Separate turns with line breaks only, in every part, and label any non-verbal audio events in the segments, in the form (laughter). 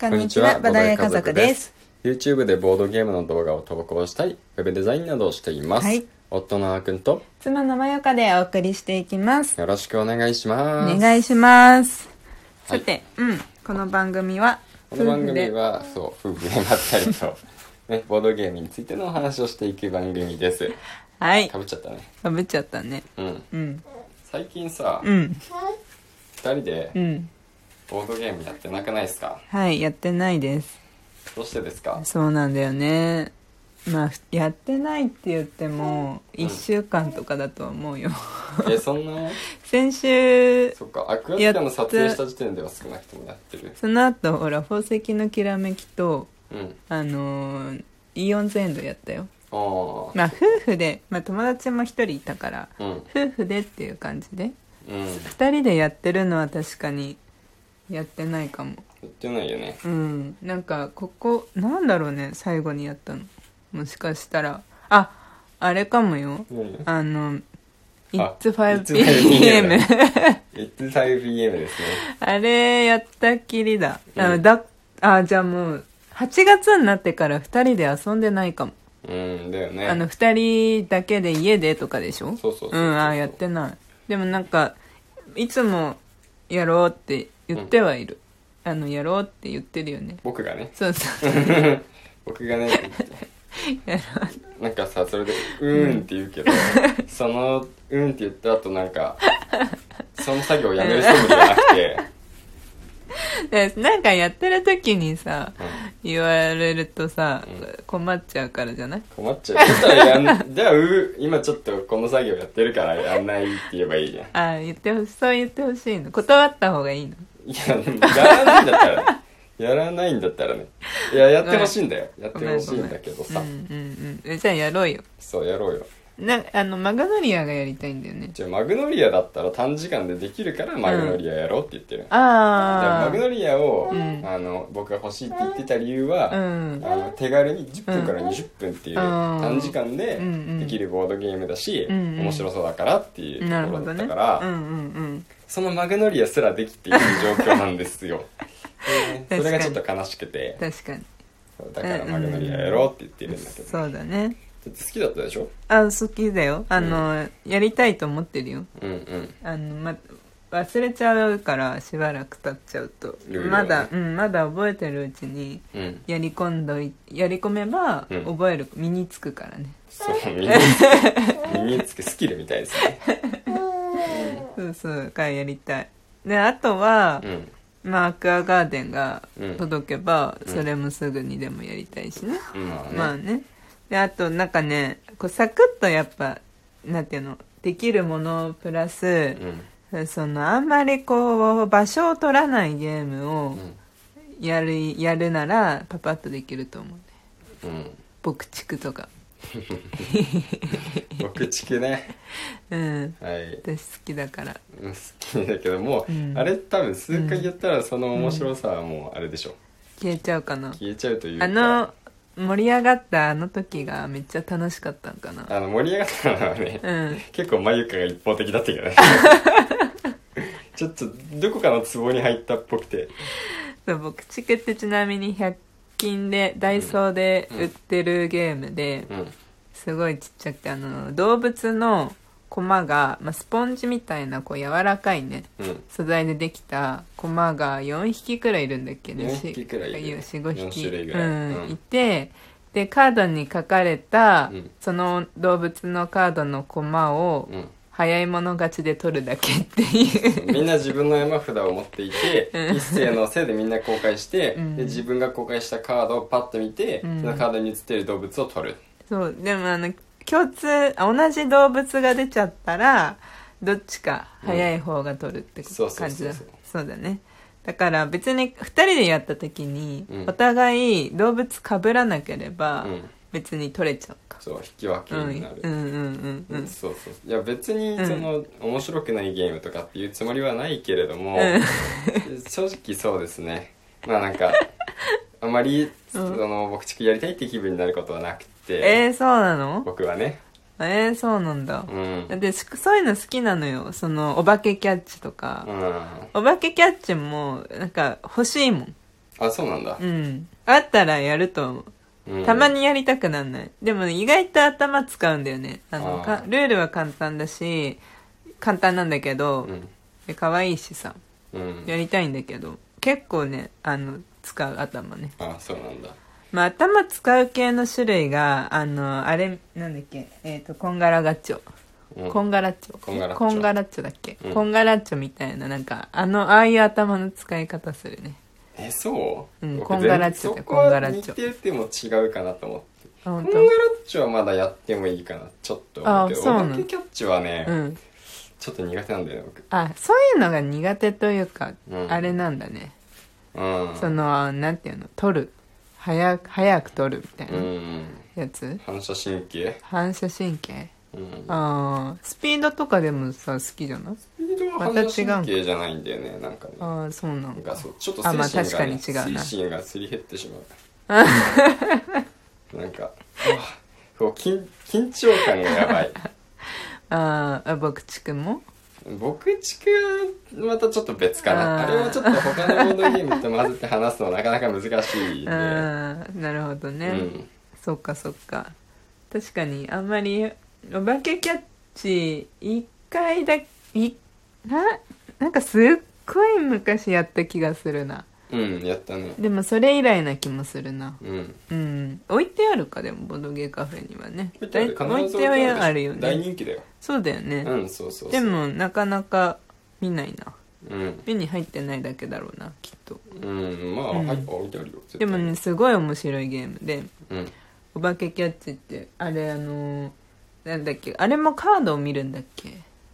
こんにちは、バダヤ家族です。。
YouTube でボードゲームの動画を投稿したり、ウェブデザインなどをしています。
はい
夫のあーくんと
妻のまよかでお送りしていきます。
よろしくお願いし
お
ます。
願いします。
はい
さて、うん、この番組は、
この番組は、そう、夫婦でまった
(laughs)
りと、ね、ボードゲームについてのお話をしていく番組です。
夫婦で、はい
か、ぶっちゃったね。
かぶっちゃったね。
うん。
うん、
最近さ、二、
うん、
人で
うん。
ボードゲームやってなくないですか
はい、やってないです。
どうしてですか
そうなんだよね。まあ、ふやってないって言っても、1週間とかだと思うよ。 (laughs)
え、そんな、
先週、
そっか、アクアティカの撮影した時点では少なくともやってる。
その後、ほら、宝石のきらめきと、
うん。
あのーイオンズエンドやったよ。
あ
まあ、夫婦で、まあ、友達も一人いたから、
あ。うん。
夫婦でっていう感じで
うん。
二人でやってるのは確かにやってないかも
言ってないよね
うんなんかここなんだろうね最後にやったのもしかしたらああれかもよあの「
あ
It's 5
It's 5
PM
だ」It's 5pm ですね
あれやったっきりだあの
うん
だあじゃあもう8月になってから二人で遊んでないかも、
うんだよね
あの二人だけで家でとかでしょ
そうそうそうそう
うんあーやってないでもなんかいつもやろうって言ってはいる、あのやろうって言ってるよね
僕がね (laughs)
そうそう (laughs)
僕がねなんかさそれで「うーん」って言うけど、その「うーん」って言った後な
(laughs)
んかその作業をやめる人もいなくて、
で (laughs) なんかやってる時にさ
うん
言われるとさ、
う
困っちゃうからじゃない
困っ
(laughs)
ちゃうそしたらやんじゃあ「うー」今ちょっとこの作業やってるからやんないって言えばいいじゃん
あー言ってほしそう言ってほしいの断った方がいいの
いややらないんだったらねやらないんだったらねいややってほしいんだよやっ
ご
て
め
ほ
ん
し
ご
い
めん
んだけどさ、
うんうんうんえじゃあやろうよ
そうやろうよ
なあのマグノリアがやりたいんだよね
じゃあマグノリアだったら短時間でできるからマグノリアやろうって言ってる、じゃあ
あ
マグノリアを、
ん
あの僕が欲しいって言ってた理由
あう
は、
ん
あの手軽に10分から20分っていう
うん
短時間で
うんうん
できるボードゲームだし、
うんうん
面白そうだからっていう
なる
とこ
ほ
ろだ
ど
っ
ね
たか
う
ら、
んうん
そのマグノリアすらできている状況なんで
(laughs)
すよでそれがちょっと悲しく
う
て
ん確かに
だからマグノリアやろうって言ってるんだけど、だ
そうだね
って好きだったでしょ
あ好きだよあの、やりたいと思ってるよ
うんうん
あの、ま、忘れちゃうからしばらく経っちゃうと、
いろいろね
まだうんまだ覚えてるうちに
うん
やり込んどいやり込めば
うん
覚える、身につくからね
そう身に身につくスキルみたいですね
そうそうからやりたいであとは
う、ん
まあ、アクアガーデンが
うん
届けば、
うん
それもすぐにでもやりたいしね、
まあね、
まあねであとなんかねこうサクッとやっぱなんていうのできるものプラス、(laughs)
う
そのあんまりこう場所を取らないゲームを
んうん
やるやるならパパッとできると思うね
うん
牧畜とか
僕地区ね
うん
はい
私好きだから
好きだけどもう、
うん
あれ多分数回やったらその面白さはもうあれでしょ
消えちゃうかな
消えちゃうというか
あの盛り上がったあの時がめっちゃ楽しかったんかな
あの盛り上がったのはね、
うん
結構まゆかが一方的だったけど (laughs) ねちょっとどこかの壺に入ったっぽくて
そう牧畜ってちなみに100均でダイソーで売ってるゲームで、
うん
すごいちっちゃくてあの動物のコマが、まあ、スポンジみたいなこう柔らかいね
うん
素材でできたコマが4匹くらいいるんだっけね
4匹くらいいるね
45匹
4種類ぐらい
うん
うん
いてでカードに書かれた、
うん
その動物のカードのコマを
うん
早い者勝ちで取るだけっていう (laughs)
(laughs) みんな自分の山札を持っていて、一斉のせいでみんな公開して、
うん
で自分が公開したカードをパッと見て、
うん
そのカードに映ってる動物を取る
そうでもあの共通あ同じ動物が出ちゃったらどっちか早い方が取るって
うんそうそうそうそう
感じだそうだねだから別に2人でやった時に
うん
お互い動物かぶらなければ
うん
別に取れちゃうか
そう引き分け
うん、うん
になる、
うんうんうん
そうそういや別に
うん
その、面白くないゲームとかっていうつもりはないけれども、正直そうですねまあなんかあまり、その牧畜やりたいって気分になることはなくて、
えー、そうなの
僕はね
えー、そうなんだ
う、ん
だってしそういうの好きなのよそのお化けキャッチと
う
か、
んあ
お化けキャッチもなんか欲しいもん
あそうなんだ、
うんあったらやると思う
うん
たまにやりたくなんない。でもね、意外と頭使うんだよね。あの
あー
かルールは簡単だし、簡単なんだけど、
うん
で可愛いしさ、
うん
やりたいんだけど、結構ね、あの、使う頭ね。
あそうなんだ
まあ、頭使う系の種類が、あの、あれ、なんだっけ、えっ、と、こんがらがっちょ。
うん
こんがらっちょ。
こんがらっちょ
こんがらっちょだっけ、
うん
こんがらっちょみたいな、なんか、あの、ああいう頭の使い方するね。
えそう、
うん
僕
こんがらっちょだ
全然そ
よ
こ
こんがら
は
っちょ
似てても違うかなと思って
あ
こん
本
がらっちょはまだやってもいいかなちょっと思うけど
あそうな
お
の
化けキャッチはね、
当うん。
ちょっと苦手なんだよね僕
あ、そういうのが苦手というか、
うん
あれなんだね。
うん
そのなんていうの取る早く早く取るみたいうなんやつ、
反射神経
反射神経
うん
ああスピードとかでもさ好きじゃない
スピードは反射神経じゃないんだよねなんかね
ああそうな
なんん
か
かそうちょっと精
あ
神
ま
が、
あ
ね、
確かに違うな
精神がすり減ってしまう
(laughs)
なんかあこう緊緊張感がやばい
ああ僕ちくも
僕地区はまたちょっと別かな
あ
あ
ー
れはちょっと他のボードゲームと混ぜて話すのなかなか難しいんで
ああなるほどね、
うん
そっかそっか確かにあんまりお化けキャッチ一回だいななんかすっごい昔やった気がするな
うんやったね
でもそれ以来な気もするな
うん
うん置いてあるかでもボドゲカフェにはね
必ず置いてある
置いてはあるよ
大
ね
人気だよ
そうだよね、
うんそうそうそう
でもなかなか見ないな
うん
目に入ってないだけだろうなきっと
うんまあ、
うん
はいあ置いてあるよ絶対
でもねすごい面白いゲームで
うん
「お化けキャッチ」ってあれあのーなんだっけあれもカードを見るんだっけ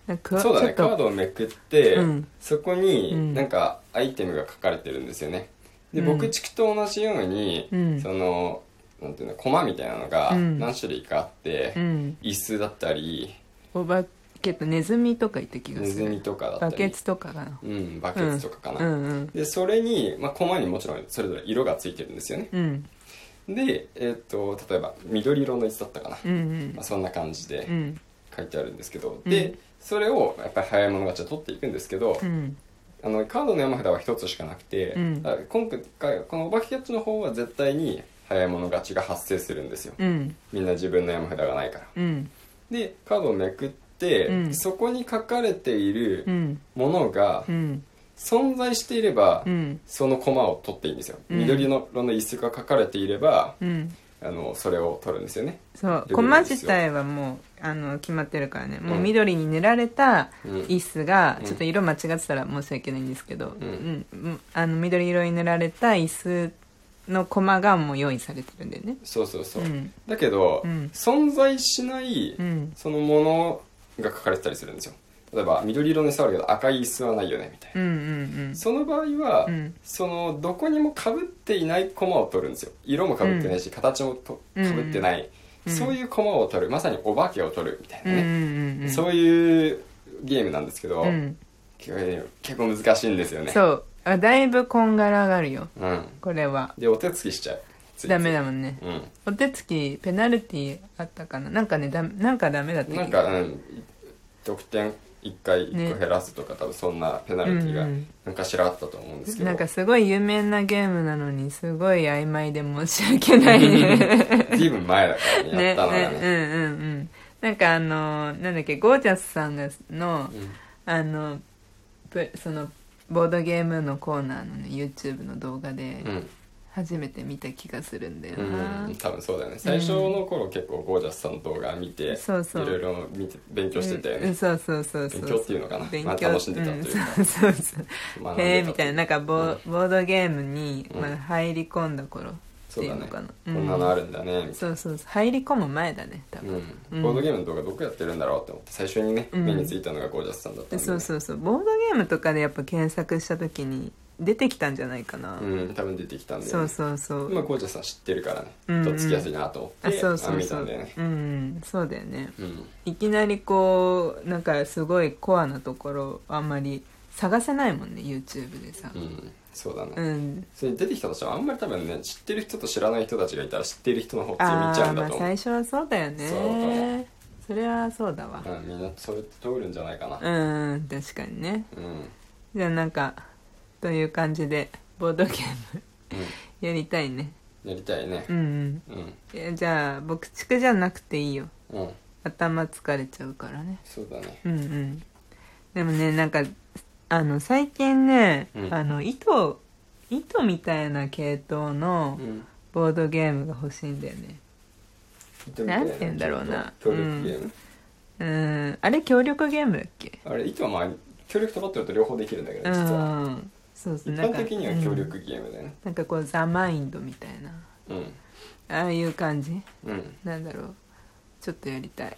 なんか
そうだね
ちょっ
カー
と
ドをめくって、
うん
そこ
うん
になんかアイテムが書かれてるんですよねで
うん
僕地区と同じように、
うん
そのなんていうの駒みたいなのが
うん
何種類かあって、
うん
椅子だったり
お化けとネズミとかいた気が
ネ
す
ズ
る
ミとかだった
バ
り
ケツとかかな
うん、バケツとかかな、
うんうん
でそれに、まあ、駒にもちろんそれぞれ色がついてるんですよね
うん
で、えっと例えば緑色の椅子だったかな、
うんうん
まあ、そんな感じ
う
で
ん
書いてあるんですけど、
うん
でそれをやっぱり早い者勝ちは取っていくんですけど、
うん
あのカードの山札は一つしかなくて、
うん
だから今回このお化けキャッチの方は絶対に早い者勝ちが発生するんですよ、
うん
みんな自分の山札がないから
うん
でカードをめくって、
うん
そこに書かれている
うん
ものが
うん
存在していれば、
うん
その駒を取っていいんですよ、
うん
緑色の椅子が書かれていれば
うん
あのそれを取るんですよね
そう
レベル
駒
ですよ
自体はもうあの決まってるからねもううん緑に塗られた
うん
椅子が、
うん
ちょっと色間違ってたら申し訳ないんですけど、
ん
うんうんあの緑色に塗られた椅子の駒がもう用意されてるんだよね
そうそうそう、
うん
だけど、
うん
存在しない、
うん
そのものが書かれてたりするんですよ例えば緑色の椅子はあるけど赤い椅子はないよねみたい
うん
な、
うんうん
その場合は、
うん
そのどこにもかぶっていない駒を取るんですよ色もかぶってないし、形もと
うんう
か
ん
ぶってない、
うん
そういう駒を取るまさにお化けを取るみたいな
うんう
ね、
んうん
そういうゲームなんですけど、
うん
結構結構難しいんですよね
そうあだいぶこんがらがるよ
うん
これは
でお手つきしちゃうついつい
ダメだもんね
う
お手つきペナルティあったかななんかねだなんかダメだった
ん
気
な
が
んか、うん、得点1回1
ね
個減らすとか、多分そんなペナルティ
う
が
んうん
なんかしらあったと思うんですけど、
なんかすごい有名なゲームなのにすごい曖昧で申し訳ないね
随分前だからねや
(laughs) ね
ったのがね
ねうんうんうんなんかあのーなんだっけゴージャスさんがの、
うん
あのプそのボードゲームのコーナーの、ね、YouTube の動画で
うん
初めて見た気がするんだよな、
うん、多分そうだよね最初の頃結構ゴージャスさんの動画見て、
そうそう
いろいろ見て勉強してたよ
うん
ね、
そうそうそうそう
勉強っていうのかな
勉
まあ
強
楽しんでたというか
んそうそうそう
学んで
へ
た
えみたいななんかボ,、
うん
ボードゲームに、
うん
まあ、入り込んだ頃って
そう
い
だ
うの
ね
かな、
こんなのあるんだねみたいな
そうそうそう入り込む前だね多分、
う
うん
ん、ボードゲームの動画どこやってるんだろうって思って最初にね、
うん
目についたのがゴージャスさんだったんで
そうそうそうボードゲームとかでやっぱ検索した時に出てきたんじゃないかな、
うん、多分出てきたんで、ね、
そうそうそう、
まあゴージャスさん知ってるからね、
うん
とっつきやすいなと思
あ
って
そうそう
見
そ
た
うん
だよね
うんうんそうだよね
うん
いきなりこうなんかすごいコアなところあんまり探せないもんね YouTube でさ
うんそうだね、
うん
それに出てきたとしてもあんまり多分ね知ってる人と知らない人たちがいたら知ってる人の方って見
あ
ちゃう
ー
ん
ま
だ
あ
と思
最
う
初はそうだよ
そうだと思
ねそれはそうだわ
うん、みんなそうやって通るんじゃないかな
うん確かにね
うん、うん
じゃあなんかという感じでボードゲーム (laughs) やりたいね
やりたいね
うん
うん
うんいやじゃあ牧畜じゃなくていいよ
うん
頭疲れちゃうからね
そうだね
うんうんでもねなんかあの最近ね、
うん
あの糸糸みたいな系統の
うん
ボードゲームが欲しいんだよね
糸みた
な
い
んて言うんだろうな
協力ゲーム、
うーんあれ協力ゲームだっけ
あれ糸はまあ協力とバトルと両方できるんだけ
う
ど実は
んそうそ
一
う
般的には協力
うん
ゲームだよね
なんかこうザ・マインドみたいな
うん
ああいう感じ
うん
なんだろうちょっとやりたい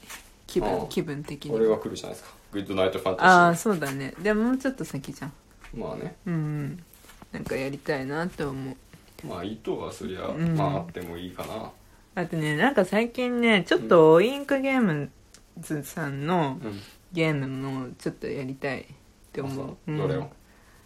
気
ああ
分気分的に
俺は来るじゃないですかグッドナイトファンタジー
ああそうだねでももうちょっと先じゃん
まあね
うんうんなんかやりたいなと思う
まあ糸はそりゃ、
うん
まああってもいいかな
あとねなんか最近ねちょっとインクゲームズさんの
うん
ゲームもちょっとやりたいって
あ
思、
そう
う
うんどれを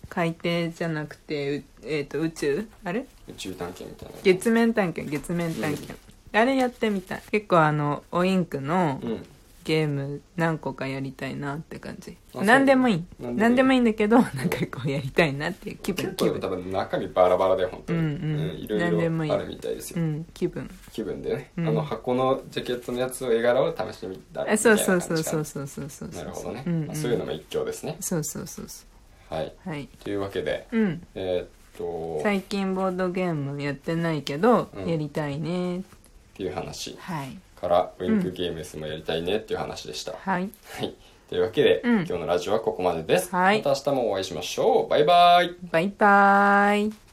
海底じゃなくてうえっ、と宇宙あれ
宇宙探検みたいな
月面探検月面探検、あれやってみたい結構あのおインクの
うん
ゲーム何個かやりたいなって感じ
あそう
何でもいい
何でもいい
何でもいいんだけどなんかこうやりたいなっていう気分
結
気
構多
分
分中身バラバラで本当に、
うんうん
いろい
何でもいい
ろあるみたいですよ、
うん気分
気分でね、
うん
あの箱のジャケットのやつを絵柄を試してみた
あ
ら
そうそうそう
そ
そううそうそうそう
なるほどね、
うん
ま
う
あ
ん
そういうのも一興ですね
そうそうそうそ
はい。
うはい
というわけで、
うん
えーっと、っ
最近ボードゲームやってないけど、
うん
やりたいね
ていう話
はい
から、ウィンクゲームスもやりたいねっていう話でした。
はい
はい。というわけで、
うん
今日のラジオはここまでです。
はい
また明日もお会いしましょう。バイバイ。
バイバーイ